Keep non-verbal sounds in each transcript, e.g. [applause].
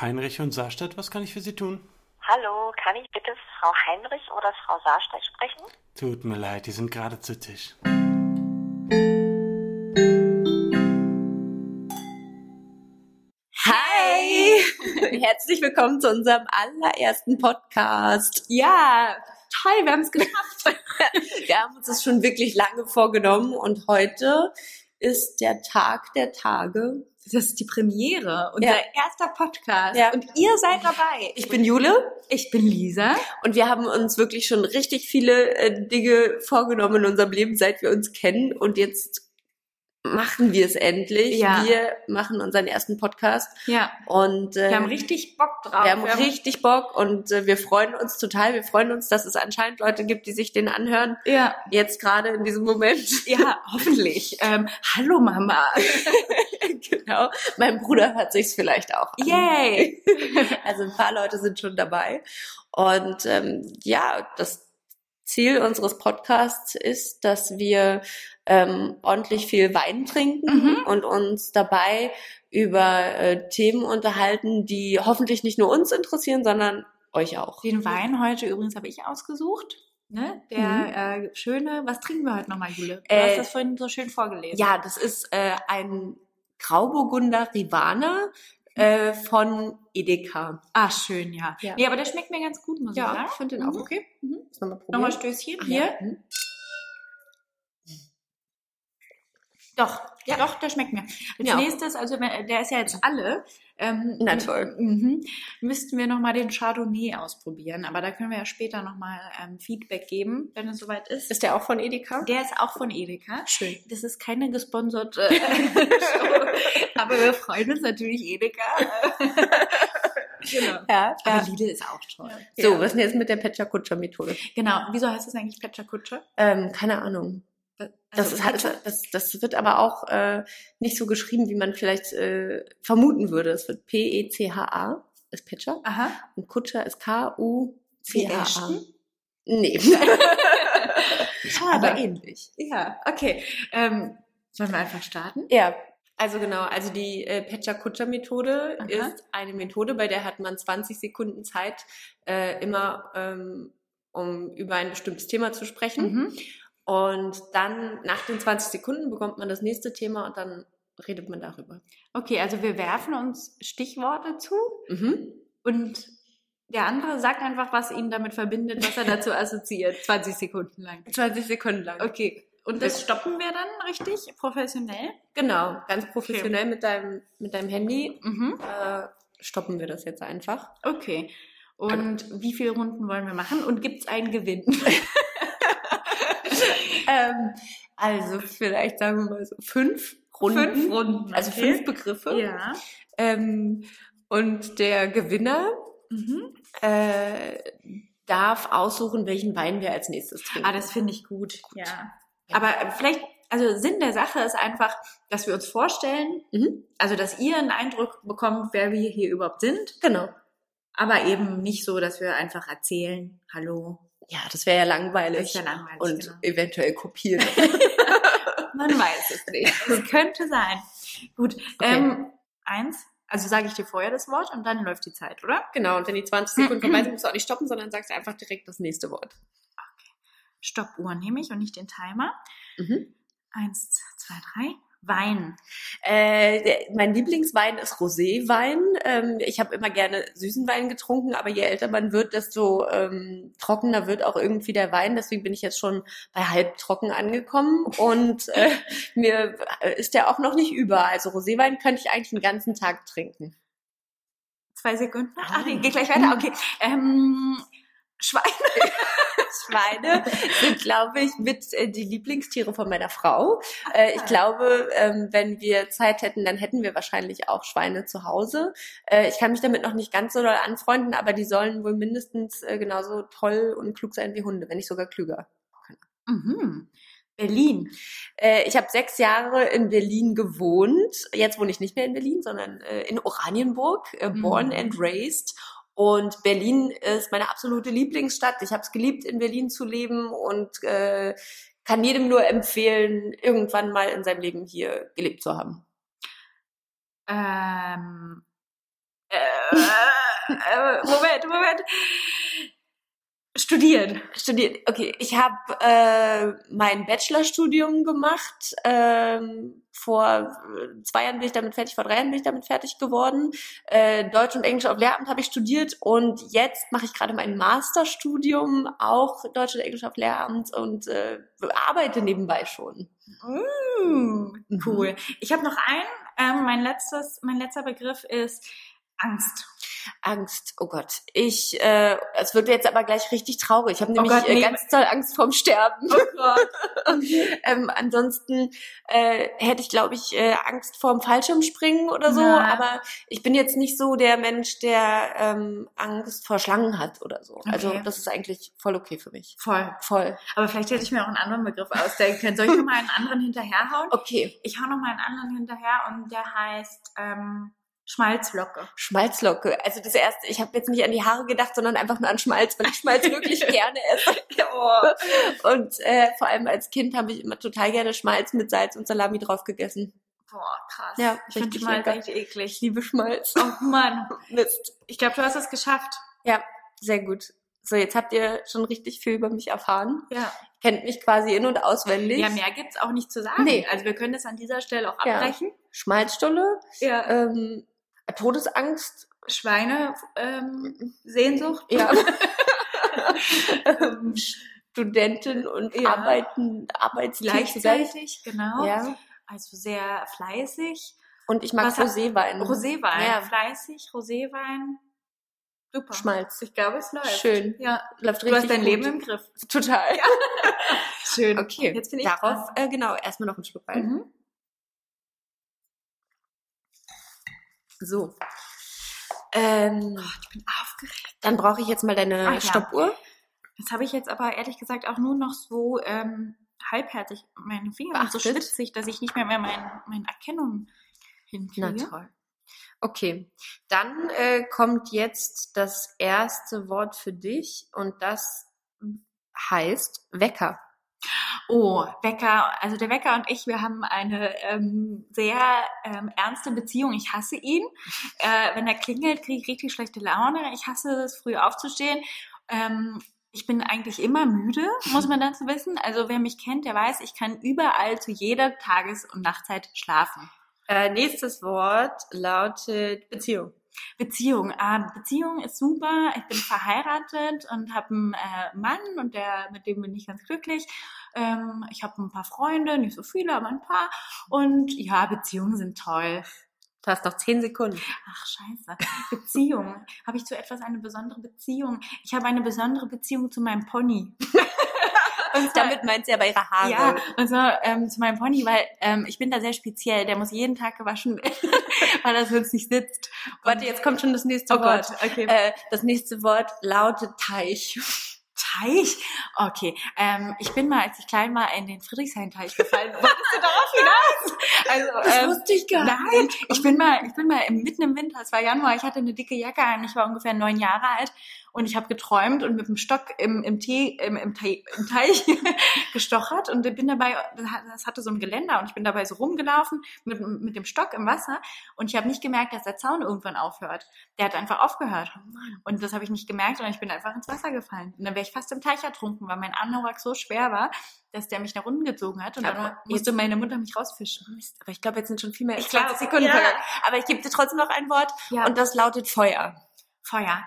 Heinrich und Sarstedt, was kann ich für Sie tun? Hallo, kann ich bitte Frau Heinrich oder Frau Saarstedt sprechen? Tut mir leid, die sind gerade zu Tisch. Hi! Herzlich willkommen zu unserem allerersten Podcast. Ja, toll, wir haben es geschafft. [laughs] wir haben uns das schon wirklich lange vorgenommen und heute ist der Tag der Tage. Das ist die Premiere, unser Ja. erster Podcast. Ja. Und ihr seid dabei. Ich bin Jule Ich bin Lisa. und wir haben uns wirklich schon richtig viele äh, Dinge vorgenommen in unserem Leben, seit wir uns kennen und jetzt machen wir es endlich. Ja. Wir machen unseren ersten Podcast Ja. und äh, Wir haben richtig Bock drauf. Wir haben richtig Bock und äh, wir freuen uns total. Wir freuen uns, dass es anscheinend Leute gibt, die sich den anhören. Ja. Jetzt gerade in diesem Moment. Ja, [laughs] hoffentlich. Ähm, hallo Mama. genau. Mein Bruder hört sich's vielleicht auch an. Yay. [laughs] Also ein paar Leute sind schon dabei. Und ähm, ja, das Ziel unseres Podcasts ist, dass wir ähm, ordentlich viel Wein trinken Mhm. und uns dabei über äh, Themen unterhalten, die hoffentlich nicht nur uns interessieren, sondern euch auch. Den Wein heute übrigens habe ich ausgesucht. Ne? Der äh, schöne, was trinken wir heute nochmal, Jule? Du Mhm. Äh, hast das vorhin so schön vorgelesen. Ja, das ist äh, ein Grauburgunder Rivana äh, von Edeka. Ah, schön, ja. Ja. ja. Nee, aber der schmeckt mir ganz gut, muss ich sagen. finde den auch okay. Mhm. Nochmal probieren. Nochmal Stößchen. Ach, Hier. ja. Mhm. Doch, ja. doch, der schmeckt mir. Als Ja. nächstes, also wenn- der ist ja jetzt alle. Ähm, Na toll. Mhm, müssten wir nochmal den Chardonnay ausprobieren, aber da können wir ja später nochmal ähm, Feedback geben, wenn es soweit ist. Ist der auch von Edeka? Der ist auch von Edeka. Schön. Das ist keine äh, [laughs] gesponserte Show, aber wir freuen uns natürlich Edeka. [laughs] genau. Ja, ja. Aber Lidl ist auch toll. So, was ist denn jetzt mit der Pecha Kutscher Methode? Genau. Wieso heißt das eigentlich Petscherkutsche? Ähm, keine Ahnung. Das, Also, ist halt, das, das wird aber auch äh, nicht so geschrieben, wie man vielleicht äh, vermuten würde. Es wird E P-E-C-H-A, ist Pecha. Aha. Und Kutscher ist K-U-C-H-A. Ashton? Nee. Schade. ähnlich. Ja, okay. Ähm, sollen wir einfach starten? Ja, also genau, also die äh, Pecha-Kutscher-Methode Aha. ist eine Methode, bei der hat man 20 Sekunden Zeit, äh, immer ähm, um über ein bestimmtes Thema zu sprechen. Mhm. Und dann nach den 20 Sekunden bekommt man das nächste Thema und dann redet man darüber. Okay, also wir werfen uns Stichworte zu Mhm. und der andere sagt einfach, was ihn damit verbindet, was er [laughs] dazu assoziiert, 20 Sekunden lang. 20 Sekunden lang. Okay, und das stoppen wir dann richtig professionell? Genau, ganz professionell mit, deinem, mit deinem Handy Mhm. äh, stoppen wir das jetzt einfach. Okay. Und wie viele Runden wollen wir machen? Und gibt es einen Gewinn? Ähm, also vielleicht sagen wir mal so fünf Runden. Fünf Runden, Also okay. fünf Begriffe. [laughs] Ja. Ähm, und der Gewinner Mhm. äh, darf aussuchen, welchen Wein wir als nächstes trinken. Ah, das finde ich gut. Ja. Aber vielleicht, also Sinn der Sache ist einfach, dass wir uns vorstellen, Mhm. also dass ihr einen Eindruck bekommt, wer wir hier überhaupt sind. Genau. Aber eben nicht so, dass wir einfach erzählen, hallo, Ja, das wäre ja langweilig. das ist ja langweilig. und genau. eventuell kopieren. [laughs] Man weiß es nicht. [laughs] Es könnte sein. Gut, ähm, eins, also sage ich dir vorher das Wort und dann läuft die Zeit, oder? genau, und wenn die 20 Sekunden vorbei sind, musst du auch nicht stoppen, sondern sagst einfach direkt das nächste Wort. Stoppuhr nehme ich und nicht den Timer. Mhm. Eins, zwei, drei. Wein. Äh, der- mein Lieblingswein ist Roséwein. Ähm, ich habe immer gerne süßen Wein getrunken, aber je älter man wird, desto ähm, trockener wird auch irgendwie der Wein. Deswegen bin ich jetzt schon bei halbtrocken angekommen und äh, mir äh, ist der auch noch nicht über. Also Roséwein könnte ich eigentlich den ganzen Tag trinken. Zwei Sekunden. Ah. Ach nee, geht gleich weiter. Okay. Ähm, Schwein. [laughs] Schweine sind, glaube ich, mit äh, die Lieblingstiere von meiner Frau. Äh, ich glaube, ähm, wenn wir Zeit hätten, dann hätten wir wahrscheinlich auch Schweine zu Hause. Äh, ich kann mich damit noch nicht ganz so doll anfreunden, aber die sollen wohl mindestens äh, genauso toll und klug sein wie Hunde, wenn nicht sogar klüger. Mhm. Berlin. Äh, ich habe sechs Jahre in Berlin gewohnt. Jetzt wohne ich nicht mehr in Berlin, sondern äh, in Oranienburg, äh, Mhm. born and raised. Und Berlin ist meine absolute Lieblingsstadt. Ich habe es geliebt, in Berlin zu leben und äh, kann jedem nur empfehlen, irgendwann mal in seinem Leben hier gelebt zu haben. Ähm, äh, äh, Moment, Moment. Studieren. studiert. Okay, ich habe äh, mein Bachelorstudium gemacht. Ähm, vor äh, zwei Jahren bin ich damit fertig, vor drei Jahren bin ich damit fertig geworden. Äh, Deutsch und Englisch auf Lehramt habe ich studiert und jetzt mache ich gerade mein Masterstudium, auch Deutsch und Englisch auf Lehramt und äh, arbeite nebenbei schon. Mm, cool. Mhm. Ich habe noch einen. Ähm, mein, letztes, mein letzter Begriff ist Angst. Angst, oh Gott. Ich, äh, es wird jetzt aber gleich richtig traurig. Ich habe nämlich Oh Gott, nee. äh, ganz doll Angst vorm Sterben. Oh Gott. [laughs] Ähm, ansonsten äh, hätte ich, glaube ich, äh, Angst vorm Fallschirmspringen oder so. Ja. Aber ich bin jetzt nicht so der Mensch, der ähm, Angst vor Schlangen hat oder so. Also Okay. das ist eigentlich voll okay für mich. Voll. Voll. Aber vielleicht hätte ich mir auch einen anderen Begriff ausdenken können. Soll ich nochmal einen [laughs] anderen hinterherhauen? Okay. Ich hau nochmal einen anderen hinterher und der heißt ähm, Schmalzlocke. Schmalzlocke. Also das erste, ich habe jetzt nicht an die Haare gedacht, sondern einfach nur an Schmalz, weil ich Schmalz [laughs] wirklich gerne esse. Oh. Und äh, vor allem als Kind habe ich immer total gerne Schmalz mit Salz und Salami drauf gegessen. Boah, krass. Ja, ich finde richtig Schmalz lecker. echt eklig. Ich liebe Schmalz. Oh Mann. Mist. Ich glaube, du hast es geschafft. Sehr gut. So, jetzt habt ihr schon richtig viel über mich erfahren. Ja. kennt mich quasi in- und auswendig. Ja, mehr gibt's auch nicht zu sagen. Nee. Also wir können das an dieser Stelle auch Ja. abbrechen. Schmalzstulle, Ja. ähm, Todesangst, Schweine, ähm, Sehnsucht. Mhm. ja, [laughs] Ähm, Studentin und Ja. Arbeiten, Arbeitstier vielleicht. gleichzeitig, genau. Ja. Also sehr fleißig. Und ich mag Was hat- Roséwein. Roséwein, Mhm. Ja. fleißig, Roséwein. Super. Schmalz. Ich glaube, es läuft. Schön. Ja, Läuft du hast dein gut. Leben im Griff. [laughs] Total. Schön. Okay, Jetzt bin ich darauf, dran. äh, genau, erstmal noch ein Schluck Wein. Mhm. So. Ähm, Ich bin aufgeregt. dann brauche ich jetzt mal deine Ach ja. Stoppuhr. Das habe ich jetzt aber ehrlich gesagt auch nur noch so ähm, halbherzig. Meine Finger sind so Beachtet. schwitzig, dass ich nicht mehr, mehr mein, mein Erkennen Na hinkriege. toll. Okay, dann äh, kommt jetzt das erste Wort für dich und das heißt Wecker. Oh, Wecker, also der Wecker und ich, wir haben eine ähm, sehr ähm, ernste Beziehung. Ich hasse ihn. Äh, wenn er klingelt, kriege ich richtig schlechte Laune. Ich hasse es, früh aufzustehen. Ähm, ich bin eigentlich immer müde, muss man dazu wissen. Also wer mich kennt, der weiß, ich kann überall zu jeder Tages- und Nachtzeit schlafen. Äh, nächstes Wort lautet Beziehung. Beziehung. Ah, Beziehung ist super. Ich bin verheiratet und habe einen äh, Mann und der, mit dem bin ich ganz glücklich. Ähm, ich habe ein paar Freunde, nicht so viele, aber ein paar. Und ja, Beziehungen sind toll. Du hast noch zehn Sekunden. Ach scheiße. [laughs] Beziehung. habe ich zu etwas eine besondere Beziehung? Ich habe eine besondere Beziehung zu meinem Pony. Und zwar- Damit meint sie aber ihre Haare. ja, und zwar ähm, zu meinem Pony, weil ähm, ich bin da sehr speziell. Der muss jeden Tag gewaschen werden, [laughs] weil er sonst nicht sitzt. Warte, jetzt kommt schon das nächste Oh Wort. Gott, okay. Äh, das nächste Wort lautet Teich. [laughs] Teich? Okay. Ähm, ich bin mal, als ich klein war, in den Friedrichshain-Teich gefallen. Wolltest du darauf hinaus? Also, ähm, wusste ich nein, oh ich bin mal, ich bin mal im- mitten im Winter, es war Januar, ich hatte eine dicke Jacke an, ich war ungefähr neun Jahre alt und ich habe geträumt und mit dem Stock im, im, Tee, im, im, Tei- im Teich [laughs] gestochert und bin dabei, das hatte so ein Geländer und ich bin dabei so rumgelaufen mit, mit dem Stock im Wasser und ich habe nicht gemerkt, dass der Zaun irgendwann aufhört. Der hat einfach aufgehört. Oh Und das habe ich nicht gemerkt und ich bin einfach ins Wasser gefallen. Und dann wäre ich fast im Teich ertrunken, weil mein Anorak so schwer war, dass der mich nach unten gezogen hat und dann Aber musste meine Mutter mich rausfischen. Mist, aber ich glaube, jetzt sind schon viel mehr als Ich glaub, 20 Sekunden ja. vergangen. Aber ich gebe dir trotzdem noch ein Wort Ja. und das lautet Feuer. Feuer.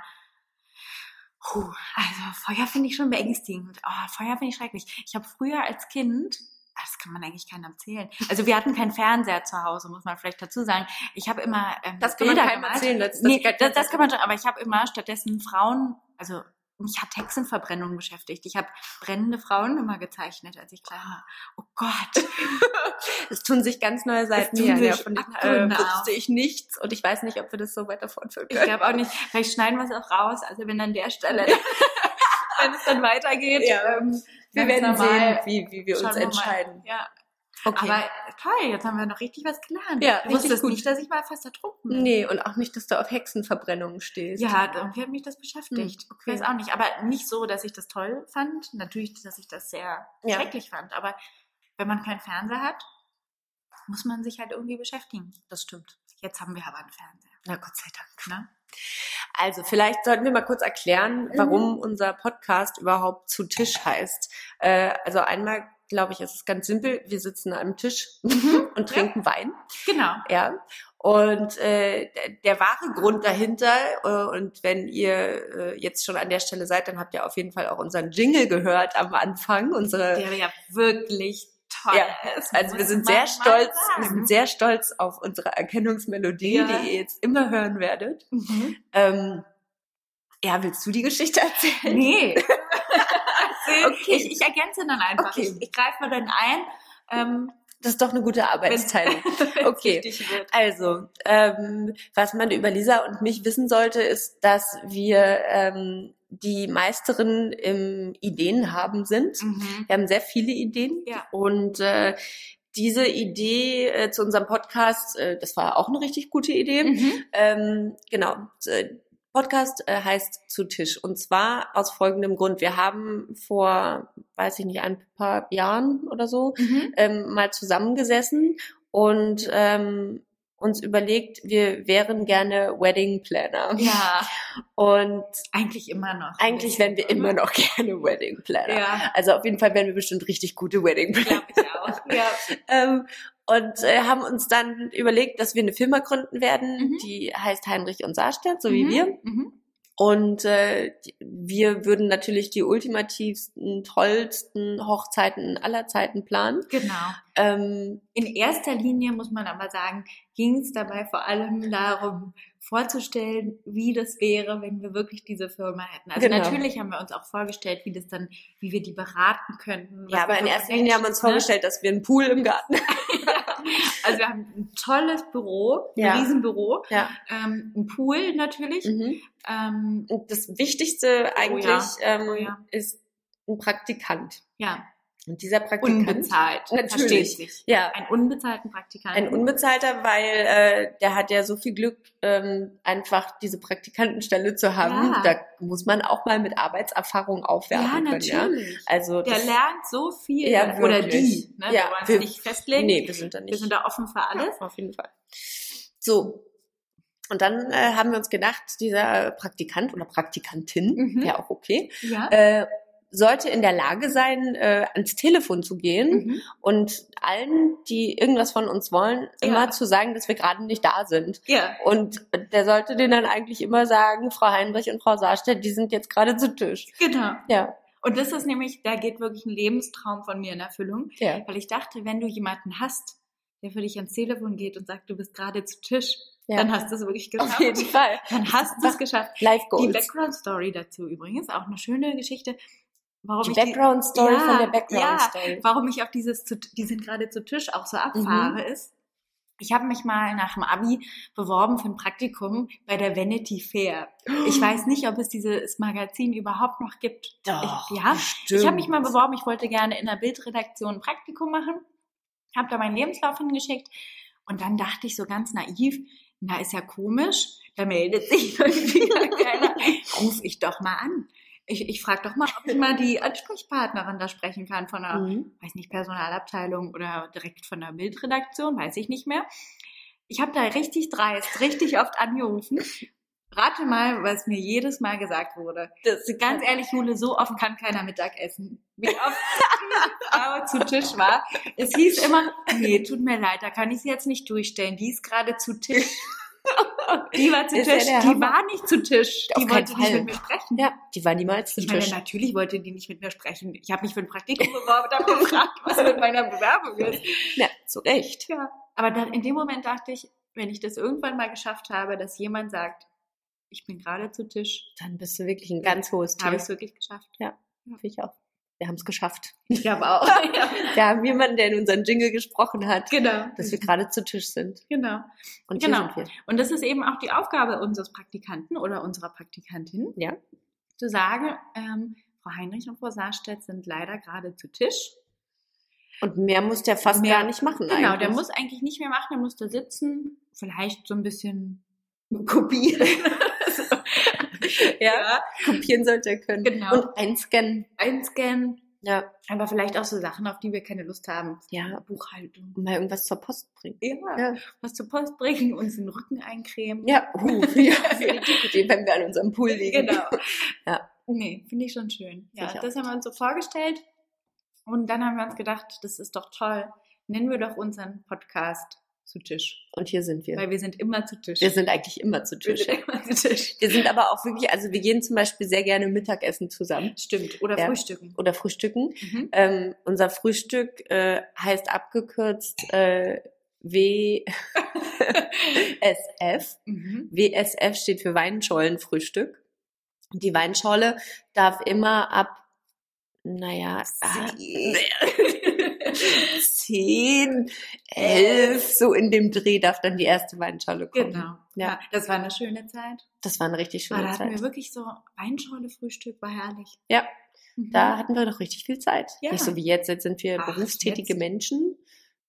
Puh, also Feuer finde ich schon beängstigend. Oh, Feuer finde ich schrecklich. Ich habe früher als Kind, ah, das kann man eigentlich keinem erzählen. Also wir hatten keinen Fernseher zu Hause, muss man vielleicht dazu sagen. Ich habe immer ähm, Das kann man keinem erzählen, dass- dass nee, sie keinen das, das Fernseher kann man schon, aber ich habe immer stattdessen Frauen, also mich hat Hexenverbrennung beschäftigt. Ich habe brennende Frauen immer gezeichnet, als ich klein war. Oh Gott. Es tun sich ganz neue Seiten tun hier. sich Ja, von denen äh, Abgründe auf. wusste ich nichts und ich weiß nicht, ob wir das so weiter fortführen Ich können. [laughs] glaube auch nicht. Vielleicht schneiden wir es auch raus. Also wenn an der Stelle, [laughs] wenn es dann weitergeht. Ja. ähm, wir ganz werden normal. sehen, wie, wie wir uns Schauen mal. entscheiden. Ja. Okay. Aber toll, jetzt haben wir noch richtig was gelernt. Ja, ich wusste richtig es gut. nicht, dass ich mal fast ertrunken bin. nee, und auch nicht, dass du auf Hexenverbrennungen stehst. Ja, irgendwie hat mich das beschäftigt. Hm, Ich okay. Weiß auch nicht. Aber nicht so, dass ich das toll fand. Natürlich, dass ich das sehr Ja. schrecklich fand. Aber wenn man keinen Fernseher hat, muss man sich halt irgendwie beschäftigen. das stimmt. Jetzt haben wir aber einen Fernseher. Na Gott sei Dank. Ne? Also vielleicht sollten wir mal kurz erklären, warum unser Podcast überhaupt zu Tisch heißt. Äh, also einmal, glaube ich, ist es ganz simpel. Wir sitzen an einem Tisch [laughs] und trinken Wein. Genau. Ja. Und äh, der, der wahre Grund dahinter, äh, und wenn ihr äh, jetzt schon an der Stelle seid, dann habt ihr auf jeden Fall auch unseren Jingle gehört am Anfang. Unsere, Der ja wirklich toll Äh. Ja, ist. also wir muss sind man sehr mal stolz, wir sagen. sind sehr stolz auf unsere Erkennungsmelodie, Ja. die ihr jetzt immer hören werdet. Mhm. Ähm, ja, willst du die Geschichte erzählen? [laughs] Nee. okay. Okay. ich, ich ergänze dann einfach. Okay. Ich, ich greife mal dann ein. Ähm, Das ist doch eine gute [laughs] Arbeitsteilung. Okay. Richtig wird. Also, ähm, was man über Lisa und mich wissen sollte, ist, dass wir ähm, die Meisterin im Ideen haben sind. Mhm. Wir haben sehr viele Ideen Ja. und äh, diese Idee äh, zu unserem Podcast, äh, das war auch eine richtig gute Idee. Mhm. Ähm, genau. äh, Podcast äh, heißt zu Tisch. Und zwar aus folgendem Grund. Wir haben vor, weiß ich nicht, ein paar Jahren oder so, Mhm. ähm, mal zusammengesessen und ähm, uns überlegt, wir wären gerne Wedding Planner. Ja, Und eigentlich immer noch. eigentlich wären wir immer noch [laughs] gerne Wedding Planner. Mhm. Ja, Also auf jeden Fall wären wir bestimmt richtig gute Wedding Planner. glaube ich auch. [laughs] Ja. Ähm, und äh, haben uns dann überlegt, dass wir eine Firma gründen werden, Mhm. die heißt Heinrich und Saarstedt, so wie Mhm. wir. Mhm. Und äh, die- wir würden natürlich die ultimativsten, tollsten Hochzeiten aller Zeiten planen. Genau. Ähm, In erster Linie muss man aber sagen, ging es dabei vor allem darum, vorzustellen, wie das wäre, wenn wir wirklich diese Firma hätten. Also Genau. natürlich haben wir uns auch vorgestellt, wie das dann, wie wir die beraten könnten. was ja, aber wir ne, in für erster Linie haben wir uns Connections, vorgestellt, dass wir einen Pool im Garten ne? Also wir haben ein tolles Büro, Ja. ein Riesenbüro, Ja. ähm, ein Pool natürlich. Mhm. Ähm, Und das Wichtigste eigentlich Ähm, Oh ja. ist ein Praktikant. ja, Und dieser Praktikant. unbezahlt. Natürlich. versteht sich. Ja, Einen unbezahlten Praktikanten. ein Unbezahlter, weil äh, der hat ja so viel Glück, ähm, einfach diese Praktikantenstelle zu haben. Ja. Da muss man auch mal mit Arbeitserfahrung aufwerfen Ja, können. Ja? natürlich. Also Der das- lernt so viel. Ja, Oder wirklich. die. Ne? Ja, wir wollen wir- es nicht festlegen. Nee, wir sind da nicht. Wir sind da offen für alles. Ja, auf jeden Fall. So. Und dann äh, haben wir uns gedacht, dieser Praktikant oder Praktikantin, Mhm. wäre auch okay, Ja. äh, sollte in der Lage sein, äh, ans Telefon zu gehen Mhm. und allen, die irgendwas von uns wollen, immer zu sagen, dass wir gerade nicht da sind. ja. Und der sollte denen dann eigentlich immer sagen, Frau Heinrich und Frau Saarstedt, die sind jetzt gerade zu Tisch. Genau. Ja, Und das ist nämlich, da geht wirklich ein Lebenstraum von mir in Erfüllung. ja. Weil ich dachte, wenn du jemanden hast, der für dich ans Telefon geht und sagt, du bist gerade zu Tisch, Ja. dann hast du es wirklich geschafft. Auf jeden Fall. Dann hast du es geschafft. Live Die Goals. Background Story dazu übrigens, auch eine schöne Geschichte. Warum Die ich Background Story Ja, von der Background ja. Story. warum ich auf dieses, zu, die sind gerade zu Tisch auch so abfahre, ist, ich habe mich mal nach dem Abi beworben für ein Praktikum bei der Vanity Fair. Ich weiß nicht, ob es dieses Magazin überhaupt noch gibt. Doch, ich, ja, Stimmt. ich habe mich mal beworben, ich wollte gerne in der Bildredaktion ein Praktikum machen, habe da meinen Lebenslauf hingeschickt und dann dachte ich so ganz naiv, na ist ja komisch, da meldet sich [laughs] irgendwie keiner. Ruf ich doch mal an. Ich, ich frage doch mal, ob ich mal die Ansprechpartnerin da sprechen kann von der Mhm. weiß nicht, Personalabteilung oder direkt von der Bildredaktion, weiß ich nicht mehr. Ich habe da richtig dreist, richtig oft angerufen. Rate mal, was mir jedes Mal gesagt wurde. Das Ganz ehrlich, Jule, so oft kann keiner Mittag essen. Wie oft [laughs] diese Frau zu Tisch war. Es hieß immer, nee, tut mir leid, da kann ich sie jetzt nicht durchstellen. Die ist gerade [laughs] zu Tisch. Die war zu Ist ja Tisch. der die Hammer. war nicht zu Tisch. Auf Die keinen wollte nicht Fall. mit mir sprechen. Ja, die war niemals zu Ich meine, Tisch. natürlich wollte die nicht mit mir sprechen. Ich habe mich für ein Praktikum beworben und habe gefragt, was mit meiner Bewerbung ist. Ja, zu Recht. Tja. Aber dann in dem Moment dachte ich, wenn ich das irgendwann mal geschafft habe, dass jemand sagt, ich bin gerade zu Tisch, Dann bist du wirklich ein ganz hohes Tier. habe ich es wirklich [laughs] geschafft. Finde ich auch. Wir haben es geschafft. Ich glaube auch. [laughs] ja. Wir haben jemanden, der in unseren Jingle gesprochen hat, Genau. dass wir gerade zu Tisch sind. genau. Und Genau. hier sind wir. Und das ist eben auch die Aufgabe unseres Praktikanten oder unserer Praktikantin. Ja. Zu sagen, ähm, Frau Heinrich und Frau Saarstedt sind leider gerade zu Tisch. Und mehr muss der fast Mehr- gar nicht machen Genau, eigentlich. [laughs] der muss eigentlich nicht mehr machen, der muss da sitzen, vielleicht so ein bisschen [laughs] kopieren. [laughs] ja, kopieren sollte er können. Genau. Und einscannen. Einscannen, Ja. Aber vielleicht auch so Sachen, auf die wir keine Lust haben. Ja, Buchhaltung. mal irgendwas zur Post bringen. Ja. Ja. Was zur Post bringen, uns den Rücken [laughs] eincremen. Ja, uh, ja, finde ich eine gute Idee, wenn wir an unserem Pool liegen. [laughs] Genau. Ja. Nee, finde ich schon schön. Ja, Ich auch. das haben wir uns so vorgestellt. Und dann haben wir uns gedacht, das ist doch toll. Nennen wir doch unseren Podcast zu Tisch. Und hier sind wir. Weil wir sind immer zu Tisch. Wir sind eigentlich immer zu Wir Tisch. sind immer zu Tisch. Wir sind aber auch wirklich, also wir gehen zum Beispiel sehr gerne Mittagessen zusammen Stimmt. Oder Ja. frühstücken. oder frühstücken. Mhm. Ähm, unser Frühstück äh, heißt abgekürzt äh, WSF. Mhm. WSF steht für Weinschollenfrühstück. Und Die Weinschorle darf immer ab, naja, ah, zehn, elf, so in dem Dreh darf dann die erste Weinschorle kommen. Genau. Ja. Ja. Das war eine schöne Zeit. Das war eine richtig Aber da schöne hatten wir Zeit. wirklich so Weinschorle-Frühstück, war herrlich. Ja. Mhm. Da hatten wir noch richtig viel Zeit. Ja. Nicht so wie jetzt, jetzt sind wir Ach, berufstätige jetzt. Menschen.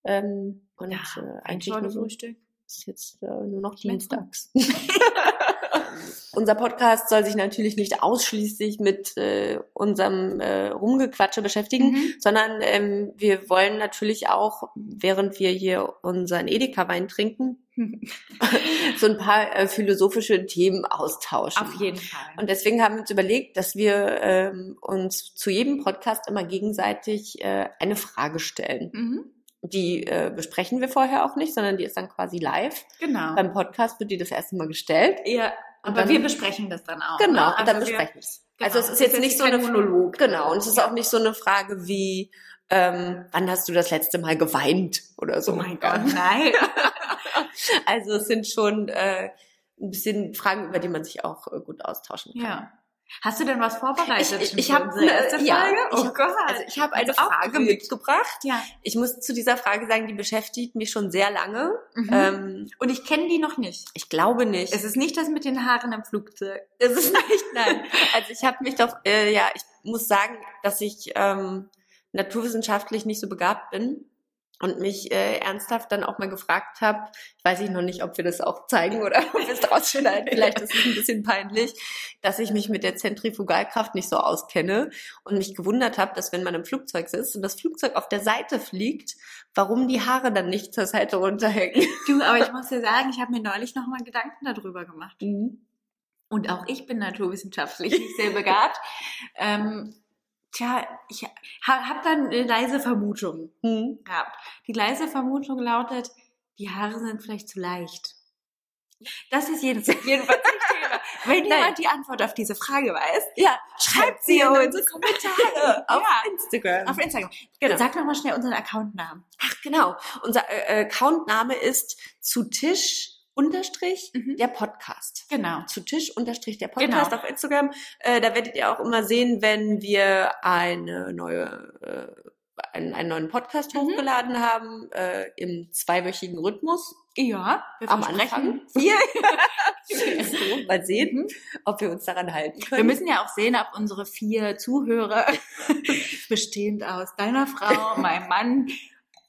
Ähm, und Ja, äh, eigentlich nur so, Weinschorle-Frühstück. ist jetzt äh, nur noch Nicht mehr dienstags. [laughs] Unser Podcast soll sich natürlich nicht ausschließlich mit äh, unserem äh, Rumgequatsche beschäftigen, Mhm. sondern ähm, wir wollen natürlich auch, während wir hier unseren Edeka-Wein [laughs] trinken, so ein paar äh, philosophische Themen austauschen. Auf jeden Fall. Und deswegen haben wir uns überlegt, dass wir ähm, uns zu jedem Podcast immer gegenseitig äh, eine Frage stellen. mhm. Die äh, besprechen wir vorher auch nicht, sondern die ist dann quasi live. Genau. Beim Podcast wird die das erste Mal gestellt. Ja, Und aber dann- wir besprechen das dann auch. Genau, ne? und dann Also wir- besprechen wir es. genau, Also es ist jetzt nicht so eine kein Monolog, genau. Und es ist auch nicht so eine Frage wie, ähm, wann hast du das letzte Mal geweint oder so. Oh mein Gott, nein. [laughs] Also es sind schon äh, ein bisschen Fragen, über die man sich auch äh, gut austauschen kann. ja. Hast du denn was Ich, vorbereitet? ich, ich für habe unsere erste ja, Frage? ich oh hab, Gott. Also ich habe eine Also Frage aufgeregt. mitgebracht. ja. Ich muss zu dieser Frage sagen, die beschäftigt mich schon sehr lange. Mhm. Ähm, Und ich kenne die noch nicht. ich glaube nicht. Es ist nicht das mit den Haaren im Flugzeug. Es ist [laughs] nicht, nein. Also ich habe mich doch, äh, ja, ich muss sagen, dass ich ähm, naturwissenschaftlich nicht so begabt bin und mich äh, ernsthaft dann auch mal gefragt habe, weiß ich noch nicht, ob wir das auch zeigen oder ob wir es rausschneiden, vielleicht ist es ein bisschen peinlich, dass ich mich mit der Zentrifugalkraft nicht so auskenne und mich gewundert habe, dass wenn man im Flugzeug sitzt und das Flugzeug auf der Seite fliegt, warum die Haare dann nicht zur Seite runterhängen. Du, aber ich muss dir sagen, ich habe mir neulich nochmal Gedanken darüber gemacht. Und auch ich bin naturwissenschaftlich nicht sehr begabt. [laughs] ähm, tja, ich habe hab dann eine leise Vermutung. Hm. gehabt. Die leise Vermutung lautet, die Haare sind vielleicht zu leicht. Das ist jedes, jedenfalls nicht Thema. Wenn Nein. jemand die Antwort auf diese Frage weiß, Ja, schreibt sie in uns. unsere [laughs] Kommentare auf Ja, Instagram. auf Instagram. Genau. Sag doch mal schnell unseren Accountnamen. Genau. Unser äh, Accountname ist zu Tisch unterstrich Mhm. der Podcast. Genau. Zu Tisch unterstrich der Podcast Genau. auf Instagram. Äh, da werdet ihr auch immer sehen, wenn wir eine neue, äh, einen, einen neuen Podcast Mhm. hochgeladen haben, äh, im zweiwöchigen Rhythmus. Ja, wir Am versprechen. [laughs] Wir mal sehen, Mhm. ob wir uns daran halten Wir können. müssen ja auch sehen, ob unsere vier Zuhörer, [laughs] bestehend aus deiner Frau, meinem Mann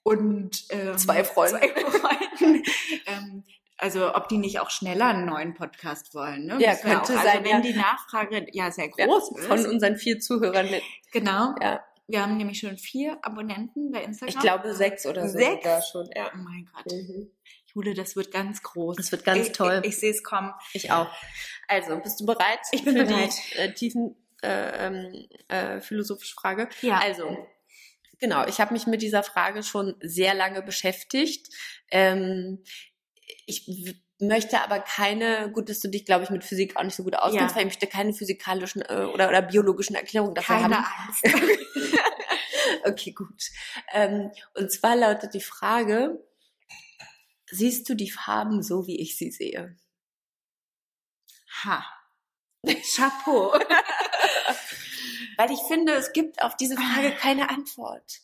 und ähm, Zwei Freunden. zwei [laughs] Freunden, ähm, also ob die nicht auch schneller einen neuen Podcast wollen. Ne? Ja, Müssen wir könnte auch, sein, Also wenn ja. die Nachfrage ja sehr ja, groß von ist. unseren vier Zuhörern mit. Genau. Ja. Wir haben nämlich schon vier Abonnenten bei Instagram. Ich glaube sechs oder so. Genau. Sechs? sogar schon. Ja. Oh mein Gott. Mhm. Jule, das wird ganz groß. Das wird ganz ich, toll. Ich, ich sehe es kommen. Ich auch. Also, bist du bereit? Ich bin für bereit. Die, äh, tiefen äh, ähm, äh, philosophische Frage. Ja. Also, genau, ich habe mich mit dieser Frage schon sehr lange beschäftigt. Ähm, ich w- möchte aber keine, gut, dass du dich, glaube ich, mit Physik auch nicht so gut auskennst, Ja. weil ich möchte keine physikalischen äh, oder, oder biologischen Erklärungen dafür keine haben. Angst. [laughs] Okay, gut. Ähm, und zwar lautet die Frage, siehst du die Farben so, wie ich sie sehe? [laughs] ha. Chapeau. Weil ich finde, es gibt auf diese Ah. Frage keine Antwort.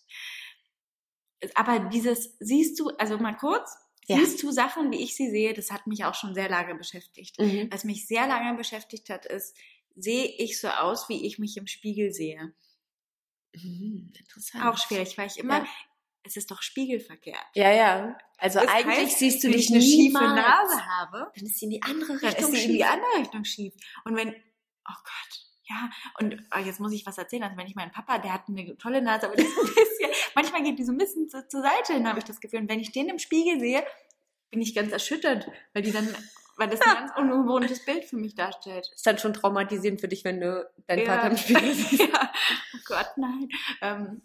aber dieses, siehst du, also mal kurz, Ja. siehst du Sachen, wie ich sie sehe, das hat mich auch schon sehr lange beschäftigt. Mhm. Was mich sehr lange beschäftigt hat, ist, sehe ich so aus, wie ich mich im Spiegel sehe? Mhm, interessant. Auch schwierig, weil ich immer, Ja. es ist doch spiegelverkehrt. Ja, ja. Also Das eigentlich heißt, siehst du wenn dich ich eine schiefe niemals. Nase habe, Dann ist sie in die andere dann Richtung ist sie in schief. die andere Richtung schief. Und wenn, oh Gott, Ja, und ah, jetzt muss ich was erzählen. Also wenn ich meinen Papa, der hat eine tolle Nase, aber die [laughs] ist ein bisschen, manchmal geht die so ein bisschen zu, zur Seite hin, habe ich das Gefühl. Und wenn ich den im Spiegel sehe, bin ich ganz erschüttert, weil die dann, weil das ein [laughs] ganz ungewohntes Bild für mich darstellt. Ist dann schon traumatisierend für dich, wenn du deinen Ja. Vater im Spiegel siehst. [laughs] ja. Oh Gott, nein. Ähm,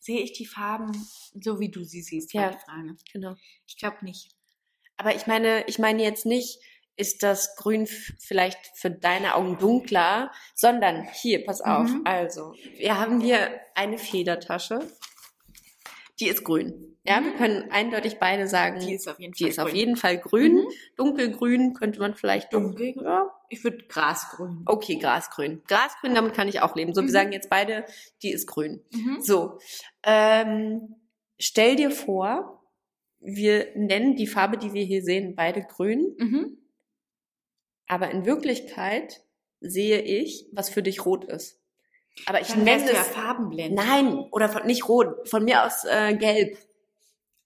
sehe ich die Farben so, wie du sie siehst? war Ja. die Frage. Genau. Ich glaube nicht. Aber ich meine, ich meine jetzt nicht, ist das Grün f- vielleicht für deine Augen dunkler, sondern hier, pass auf. Mhm. Also, wir haben hier eine Federtasche. Die ist grün. Ja, Mhm. wir können eindeutig beide sagen, Die ist auf jeden die Fall. ist auf grün. jeden Fall grün. Mhm. Dunkelgrün könnte man vielleicht Dunkel. Ja. Ich würde Grasgrün. Okay, Grasgrün. Grasgrün, damit kann ich auch leben. So, Mhm. wir sagen jetzt beide, die ist grün. Mhm. So, ähm, stell dir vor, wir nennen die Farbe, die wir hier sehen, beide grün, Mhm. aber in Wirklichkeit sehe ich, was für dich rot ist. Aber ich Dann wärst nenne du ja es farbenblind. nein oder von, nicht rot, von mir aus äh, gelb,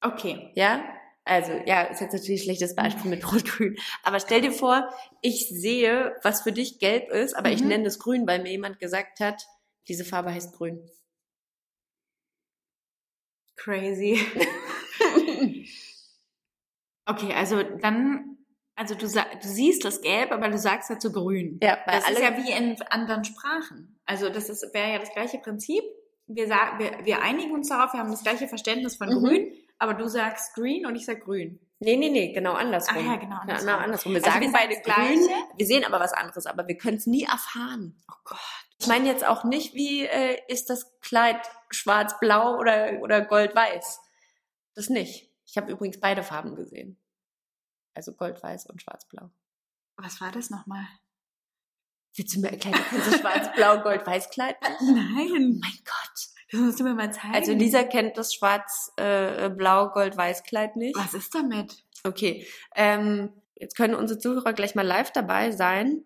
Okay. ja? Also ja, ist jetzt natürlich ein schlechtes Beispiel mit rot-grün, aber stell dir vor, ich sehe, was für dich gelb ist, aber ich Mhm. nenne es grün, weil mir jemand gesagt hat, diese Farbe heißt grün. Crazy. [laughs] okay, also dann, also du, sa- du siehst das Gelb, aber du sagst dazu Grün. Ja, weil das alle ist ja wie in anderen Sprachen. Also das ist wäre ja das gleiche Prinzip. Wir, sa- wir, wir einigen uns darauf, wir haben das gleiche Verständnis von Mhm. Grün, aber du sagst Green und ich sag Grün. Nee, nee, nee, genau andersrum. Ah ja, genau Ja, andersrum. Genau andersrum. Wir Also sagen wir sagen beide das gleich. Gleiche. Wir sehen aber was anderes, aber wir können es nie erfahren. Oh Gott. Ich meine jetzt auch nicht, wie äh, ist das Kleid schwarz-blau oder, oder gold-weiß. Das nicht. Ich habe übrigens beide Farben gesehen. Also gold-weiß und schwarz-blau. Was war das nochmal? Willst du mir erklären, du kennst das schwarz-blau-gold-weiß-Kleid? Nein, Oh Mein Gott. das musst du mir mal zeigen. Also Lisa kennt das äh, schwarz-blau-gold-weiß-Kleid nicht. was ist damit? Okay, ähm, jetzt können unsere Zuhörer gleich mal live dabei sein,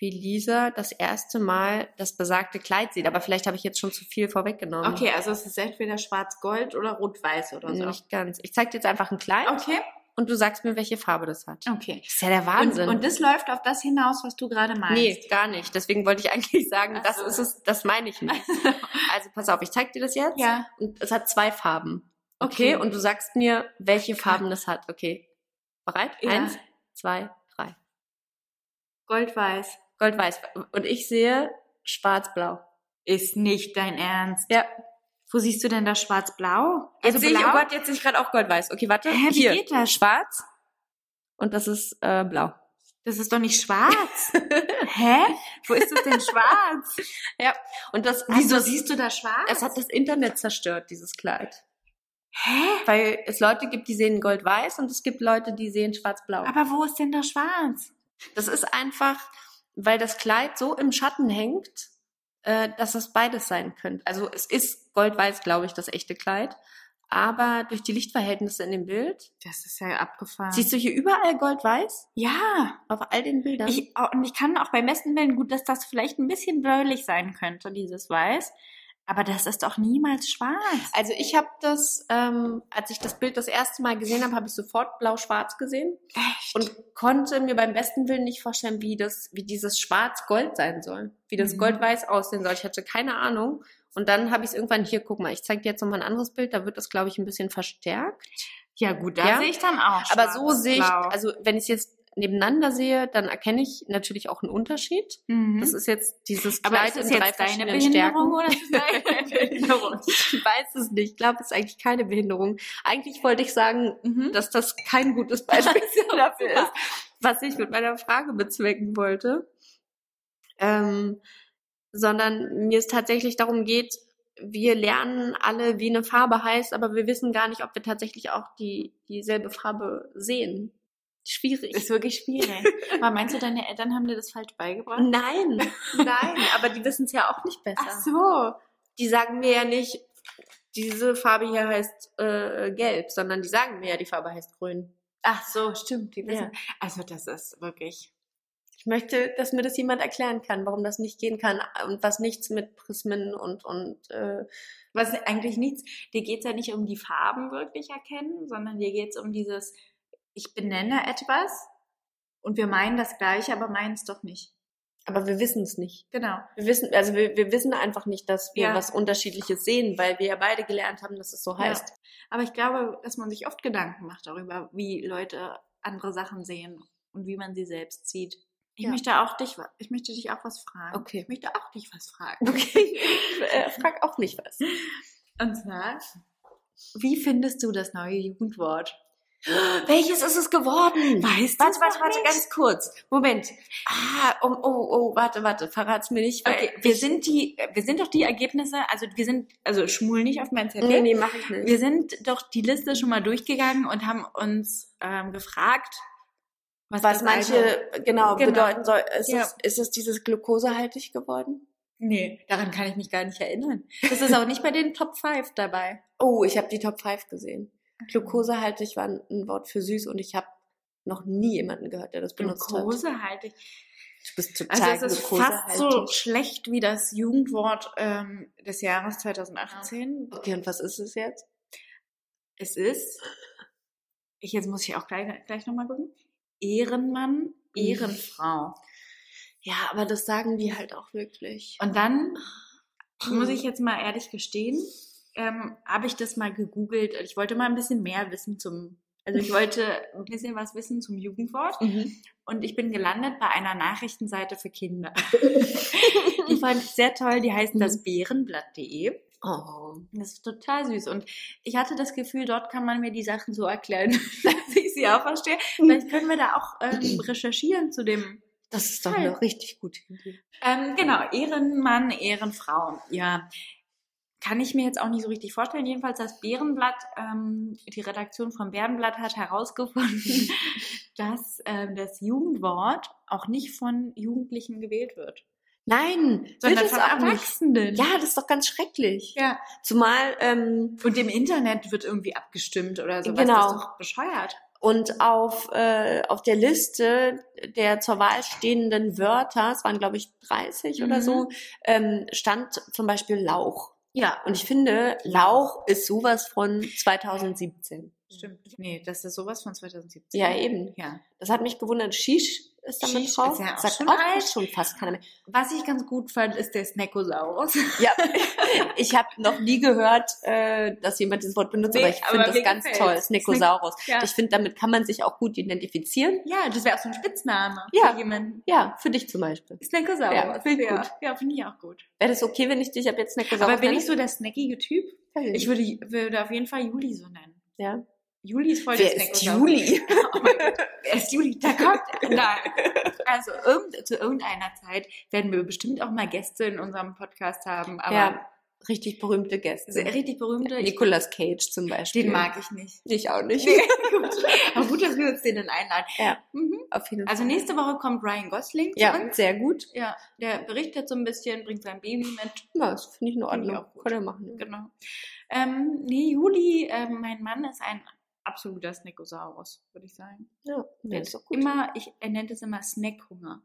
wie Lisa das erste Mal das besagte Kleid sieht. Aber vielleicht habe ich jetzt schon zu viel vorweggenommen. Okay, also es ist entweder schwarz-gold oder rot-weiß oder so. Nicht ganz. Ich zeig dir jetzt einfach ein Kleid Okay, und du sagst mir, welche Farbe das hat. okay. Ist ja der Und, Wahnsinn. und das läuft auf das hinaus, was du gerade meinst. nee, gar nicht. Deswegen wollte ich eigentlich sagen, Ach das so. ist es, das meine ich [laughs] nicht. Also pass auf, ich zeig dir das jetzt. Ja. Und es hat zwei Farben. Okay, Okay. und du sagst mir, welche Farben das hat. Okay. Bereit? Ja. Eins, zwei, drei. Gold-weiß. Gold-Weiß. Und ich sehe schwarz-blau. Ist nicht dein Ernst. Ja. Wo siehst du denn das schwarz-blau? Jetzt Also sehe ich, blau? oh Gott, jetzt sehe ich gerade auch Gold-Weiß. Okay, warte. Hä, wie Hier. geht das? Schwarz. Und das ist äh, blau. Das ist doch nicht [laughs] schwarz. Hä? Wo ist das denn schwarz? Also, Und das, Wieso das, siehst du da schwarz? Es hat das Internet zerstört, dieses Kleid. Hä? Weil es Leute gibt, die sehen Gold-Weiß und es gibt Leute, die sehen schwarz-blau. Aber wo ist denn da schwarz? Das ist einfach, weil das Kleid so im Schatten hängt, äh, dass es beides sein könnte. Also es ist Gold-Weiß, glaube ich, das echte Kleid. Aber durch die Lichtverhältnisse in dem Bild, Das ist ja abgefahren. siehst du hier überall Gold-Weiß? ja, Auf all den Bildern? ich, und ich kann auch beim besten Willen gut, dass das vielleicht ein bisschen bläulich sein könnte, dieses Weiß. Aber das ist doch niemals schwarz. also ich habe das, ähm, als ich das Bild das erste Mal gesehen habe, habe ich sofort blau-schwarz gesehen Echt? und konnte mir beim besten Willen nicht vorstellen, wie das, wie dieses Schwarz-Gold sein soll, wie das Mhm. Gold-Weiß aussehen soll. Ich hatte keine Ahnung. Und dann habe ich es irgendwann hier, guck mal, ich zeige dir jetzt nochmal ein anderes Bild, da wird das, glaube ich, ein bisschen verstärkt. ja gut, da Ja. sehe ich dann auch schwarz. Aber so sehe ich, blau. also wenn ich es jetzt nebeneinander sehe, dann erkenne ich natürlich auch einen Unterschied. Mhm. Das ist jetzt dieses aber Kleid ist das in drei jetzt deine verschiedenen Stärken. Behinderung oder [laughs] ist das deine Behinderung? Ich weiß es nicht. Ich glaube, es ist eigentlich keine Behinderung. Eigentlich wollte ich sagen, Mhm. dass das kein gutes [laughs] Beispiel dafür ist, was ich mit meiner Frage bezwecken wollte. Ähm, sondern mir es tatsächlich darum geht, wir lernen alle, wie eine Farbe heißt, aber wir wissen gar nicht, ob wir tatsächlich auch die, dieselbe Farbe sehen. Schwierig. Ist wirklich [laughs] schwierig. Aber meinst du, deine Eltern haben dir das falsch beigebracht? Nein, nein, aber die [laughs] wissen es ja auch nicht besser. so. die sagen mir ja nicht, diese Farbe hier heißt äh, gelb, sondern die sagen mir ja, die Farbe heißt grün. Ach so, stimmt. Die wissen- wissen. Also das ist wirklich. Ich möchte, dass mir das jemand erklären kann, warum das nicht gehen kann und was nichts mit Prismen und und äh, Was eigentlich nichts. Dir geht's ja nicht um die Farben wirklich erkennen, sondern dir geht's um dieses, ich benenne etwas und wir meinen das gleiche, aber meinen es doch nicht. Aber wir wissen es nicht. Genau. Wir wissen, also wir, wir wissen einfach nicht, dass wir Ja. was Unterschiedliches sehen, weil wir ja beide gelernt haben, dass es so Ja. heißt. Aber ich glaube, dass man sich oft Gedanken macht darüber, wie Leute andere Sachen sehen und wie man sie selbst sieht. Ich Ja. möchte auch dich, wa- ich möchte dich auch was fragen. Okay. Ich möchte auch dich was fragen. [laughs] Okay, äh, frag auch mich was. Und zwar, wie findest du das neue Jugendwort? [gasps] Welches ist es geworden? Weißt Warte, du's warte, noch warte, nicht? ganz kurz. Moment. Ah, oh, oh, oh, warte, warte, verrat's mir nicht. Weil Okay, wir sind die, wir sind doch die Ergebnisse, also wir sind, also schmul nicht auf meinen Zettel. Nee, nee, mach ich nicht. Wir sind doch die Liste schon mal durchgegangen und haben uns ähm, gefragt, Was das eine- manche genau, Genau. bedeuten soll. Ist, Ja. es, ist es dieses glukosehaltig geworden? Nee, daran kann ich mich gar nicht erinnern. Das ist auch nicht bei den Top 5 dabei. Oh, ich habe die Top 5 gesehen. Glukosehaltig war ein Wort für süß und ich habe noch nie jemanden gehört, der das benutzt hat. Glukosehaltig. Du bist total Also es ist fast so glukosehaltig. schlecht wie das Jugendwort ähm, des Jahres 2018. Okay, und was ist es jetzt? Es ist, ich, jetzt muss ich auch gleich, gleich nochmal gucken, Mhm. Ehrenmann, Ehrenfrau. Ja, aber das sagen die halt auch wirklich. Und dann muss Hm. ich jetzt mal ehrlich gestehen, ähm, habe ich das mal gegoogelt. Ich wollte mal ein bisschen mehr wissen zum, also ich wollte ein bisschen was wissen zum Jugendwort. Mhm. Und ich bin gelandet bei einer Nachrichtenseite [laughs] für Kinder. die fand ich sehr toll. Die heißt Mhm. das Bärenblatt.de. Oh. Das ist total süß. Und ich hatte das Gefühl, dort kann man mir die Sachen so erklären, [laughs] dass ich sie auch verstehe. Vielleicht können wir da auch ähm, recherchieren zu dem. Das ist doch eine richtig gute Idee. Ähm, genau, Ehrenmann, Ehrenfrau. Ja. Kann ich mir jetzt auch nicht so richtig vorstellen. Jedenfalls das Bärenblatt, ähm, die Redaktion vom Bärenblatt hat [laughs] herausgefunden, dass ähm, das Jugendwort auch nicht von Jugendlichen gewählt wird, Nein, sondern wird es von auch nicht. Erwachsenen. Ja, das ist doch ganz schrecklich. ja. Zumal ähm, Und im Internet wird irgendwie abgestimmt oder sowas. Genau. Das ist doch bescheuert. und auf, äh, auf der Liste der zur Wahl stehenden Wörter, es waren glaube ich 30 oder Mhm. so, ähm, stand zum Beispiel Lauch. Ja. Und ich finde, Lauch ist sowas von 2017. Stimmt. Nee, das ist sowas von 2017. Ja, eben. Ja. Das hat mich gewundert. Shish ist damit Shish drauf. ist ja auch Sagt schon auch alt. schon fast keiner mehr. Was ich ganz gut fand, ist der Snackosaurus. Ja, [laughs] ich habe noch nie gehört, äh, dass jemand dieses Wort benutzt, Nee, aber ich aber finde das mir ganz gefällt's. toll. Snickosaurus. Ja. Ich finde, damit kann man sich auch gut identifizieren. Ja, das wäre auch so ein Spitzname Ja. für jemanden. Ja, für dich zum Beispiel. Snackosaurus. Ja, Ja, finde finde ich ja. gut. Ja, finde ich auch gut. Wäre das okay, wenn ich dich ab jetzt Snickosaurus Aber bin ich nenne? so der snackige Typ? Ich Ich würde, würde auf jeden Fall Juli so nennen. Ja. Juli ist voll Wer der ist Snackosaurus. Juli? [laughs] Oh mein Gott, wer ist Juli? Da kommt [laughs] Nein. Also irgend, zu irgendeiner Zeit werden wir bestimmt auch mal Gäste in unserem Podcast haben. Aber Ja, [laughs] richtig berühmte sehr- Gäste. richtig berühmte, ich, Nicolas Cage zum Beispiel. den mag [laughs] ich nicht. [laughs] ich auch nicht. gut. Aber gut, dass wir uns den dann einladen. Ja. Mhm. Auf jeden Fall. Also nächste Woche kommt Ryan Gosling zu ja, uns. sehr gut. Ja, der berichtet so ein bisschen, bringt sein Baby mit. Ja, das finde ich in Finde ich Ordnung. auch gut. Können wir machen. Genau. Ähm, nee, Juli, ähm, mein Mann ist ein absoluter Snackosaurus, würde ich sagen. Ja, nee, ist doch gut. Immer, ich, er nennt es immer Snackhunger.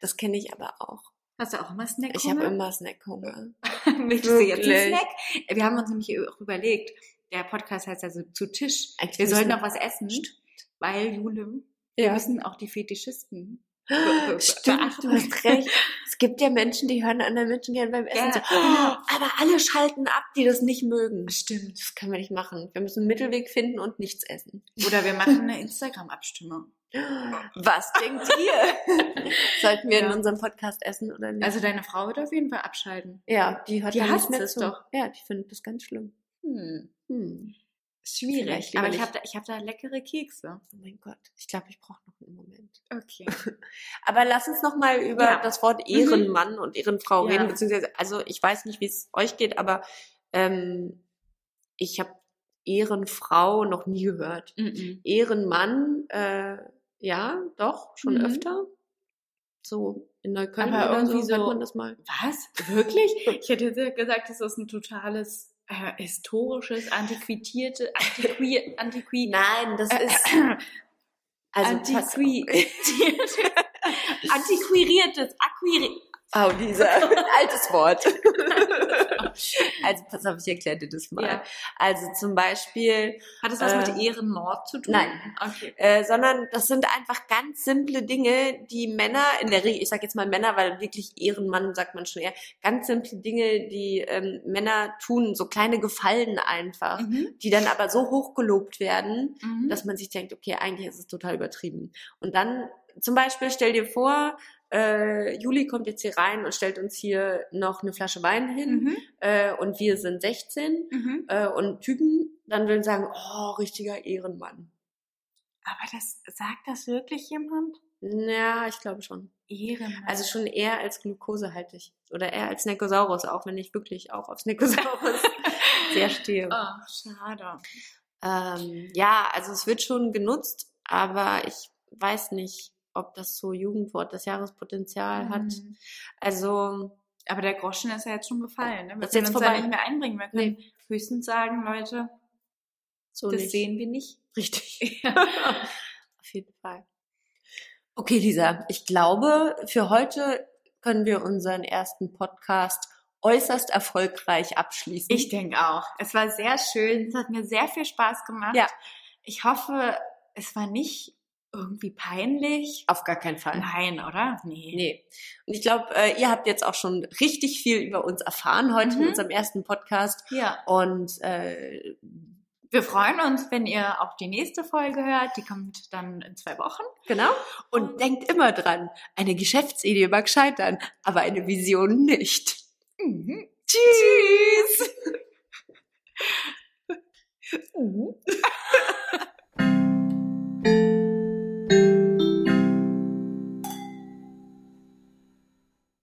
Das kenne ich aber auch. Hast du auch immer Snackhunger? Ich habe [laughs] immer Snackhunger. Möchtest du jetzt einen Wirklich. Snack? Wir haben uns nämlich auch überlegt, der Podcast heißt also zu Tisch. Eigentlich Wir sollten müssen- auch was essen, weil Jule, wir Ja. müssen auch die [gasps] Fetischisten be- Stimmt, [laughs] du hast recht. Es gibt ja Menschen, die hören anderen Menschen gern beim Essen Ja, zu. genau. Aber alle schalten ab, die das nicht mögen. Stimmt. Das können wir nicht machen. Wir müssen einen Mittelweg finden und nichts essen. Oder wir machen eine Instagram-Abstimmung. Was denkt ihr? [laughs] Sollten wir in Oh. Ja. unserem Podcast essen oder nicht? Also deine Frau wird auf jeden Fall abschalten. ja, die hört die da nicht hasst mehr es zu. doch. Ja, die findet das ganz schlimm. Hm. Hm. Vielleicht Schwierig. lieber Aber ich nicht. habe da, ich hab da leckere Kekse. Oh mein Gott, ich glaube, ich brauche noch einen Moment. Okay. Aber lass uns noch mal über Ja. Mhm. das Wort Ehrenmann und Ehrenfrau Ja. reden, beziehungsweise, also ich weiß nicht, wie es euch geht, aber ähm, ich habe Ehrenfrau noch nie gehört. Ehrenmann, äh, ja, doch, schon Mhm. öfter. So in Neukölln Aber oder so irgendwie hört so- man das mal. Was? Wirklich? [laughs] Ich hätte jetzt gesagt, das ist ein totales äh, historisches, antiquierte, antiqui, [laughs] antiqui, Nein, das ist äh, also pass- [laughs] antiquiertes, antiquiriertes, acquiri, Oh, Lisa, [laughs] altes Wort. also, pass auf, ich erkläre dir das mal. Ja. Also zum Beispiel, Hat es was Äh, mit Ehrenmord zu tun? nein. Okay. äh, sondern das sind einfach ganz simple Dinge, die Männer in der Regel, ich sage jetzt mal Männer, weil wirklich Ehrenmann sagt man schon eher, ganz simple Dinge, die ähm, Männer tun, so kleine Gefallen einfach, Mhm. die dann aber so hoch gelobt werden, Mhm. dass man sich denkt, okay, eigentlich ist es total übertrieben. Und dann zum Beispiel stell dir vor, äh, Juli kommt jetzt hier rein und stellt uns hier noch eine Flasche Wein hin Mhm. äh, und wir sind 16 Mhm. äh, und Typen, dann würden sagen, oh, richtiger Ehrenmann. Aber das sagt das wirklich jemand? Ja, ich glaube schon. Ehrenmord. Also schon eher als glukosehaltig oder eher als Nekosaurus, auch wenn ich wirklich auch auf [laughs] Nekosaurus sehr stehe. oh, schade. Ähm, ja, also es wird schon genutzt, aber ich weiß nicht, ob das so Jugendwort des Jahrespotenzial hat. Mhm. Also Aber der Groschen ist ja jetzt schon gefallen. Ne? Wir Das ist können jetzt uns vorbei. da nicht mehr einbringen. Wir können höchstens sagen, Leute, so das nicht. sehen wir [laughs] nicht. Richtig. Auf jeden Fall. Okay, Lisa, ich glaube, für heute können wir unseren ersten Podcast äußerst erfolgreich abschließen. Ich denke auch. Es war sehr schön. Es hat mir sehr viel Spaß gemacht. Ja. Ich hoffe, es war nicht irgendwie peinlich. auf gar keinen Fall. Nein, oder? Nee. Nee. Und ich glaube, äh, ihr habt jetzt auch schon richtig viel über uns erfahren heute in Mhm. unserem ersten Podcast. Ja. Und äh, Wir freuen uns, wenn ihr auch die nächste Folge hört. Die kommt dann in zwei Wochen. Genau. Und denkt immer dran, eine Geschäftsidee mag scheitern, aber eine Vision nicht. [laughs] Tschüss.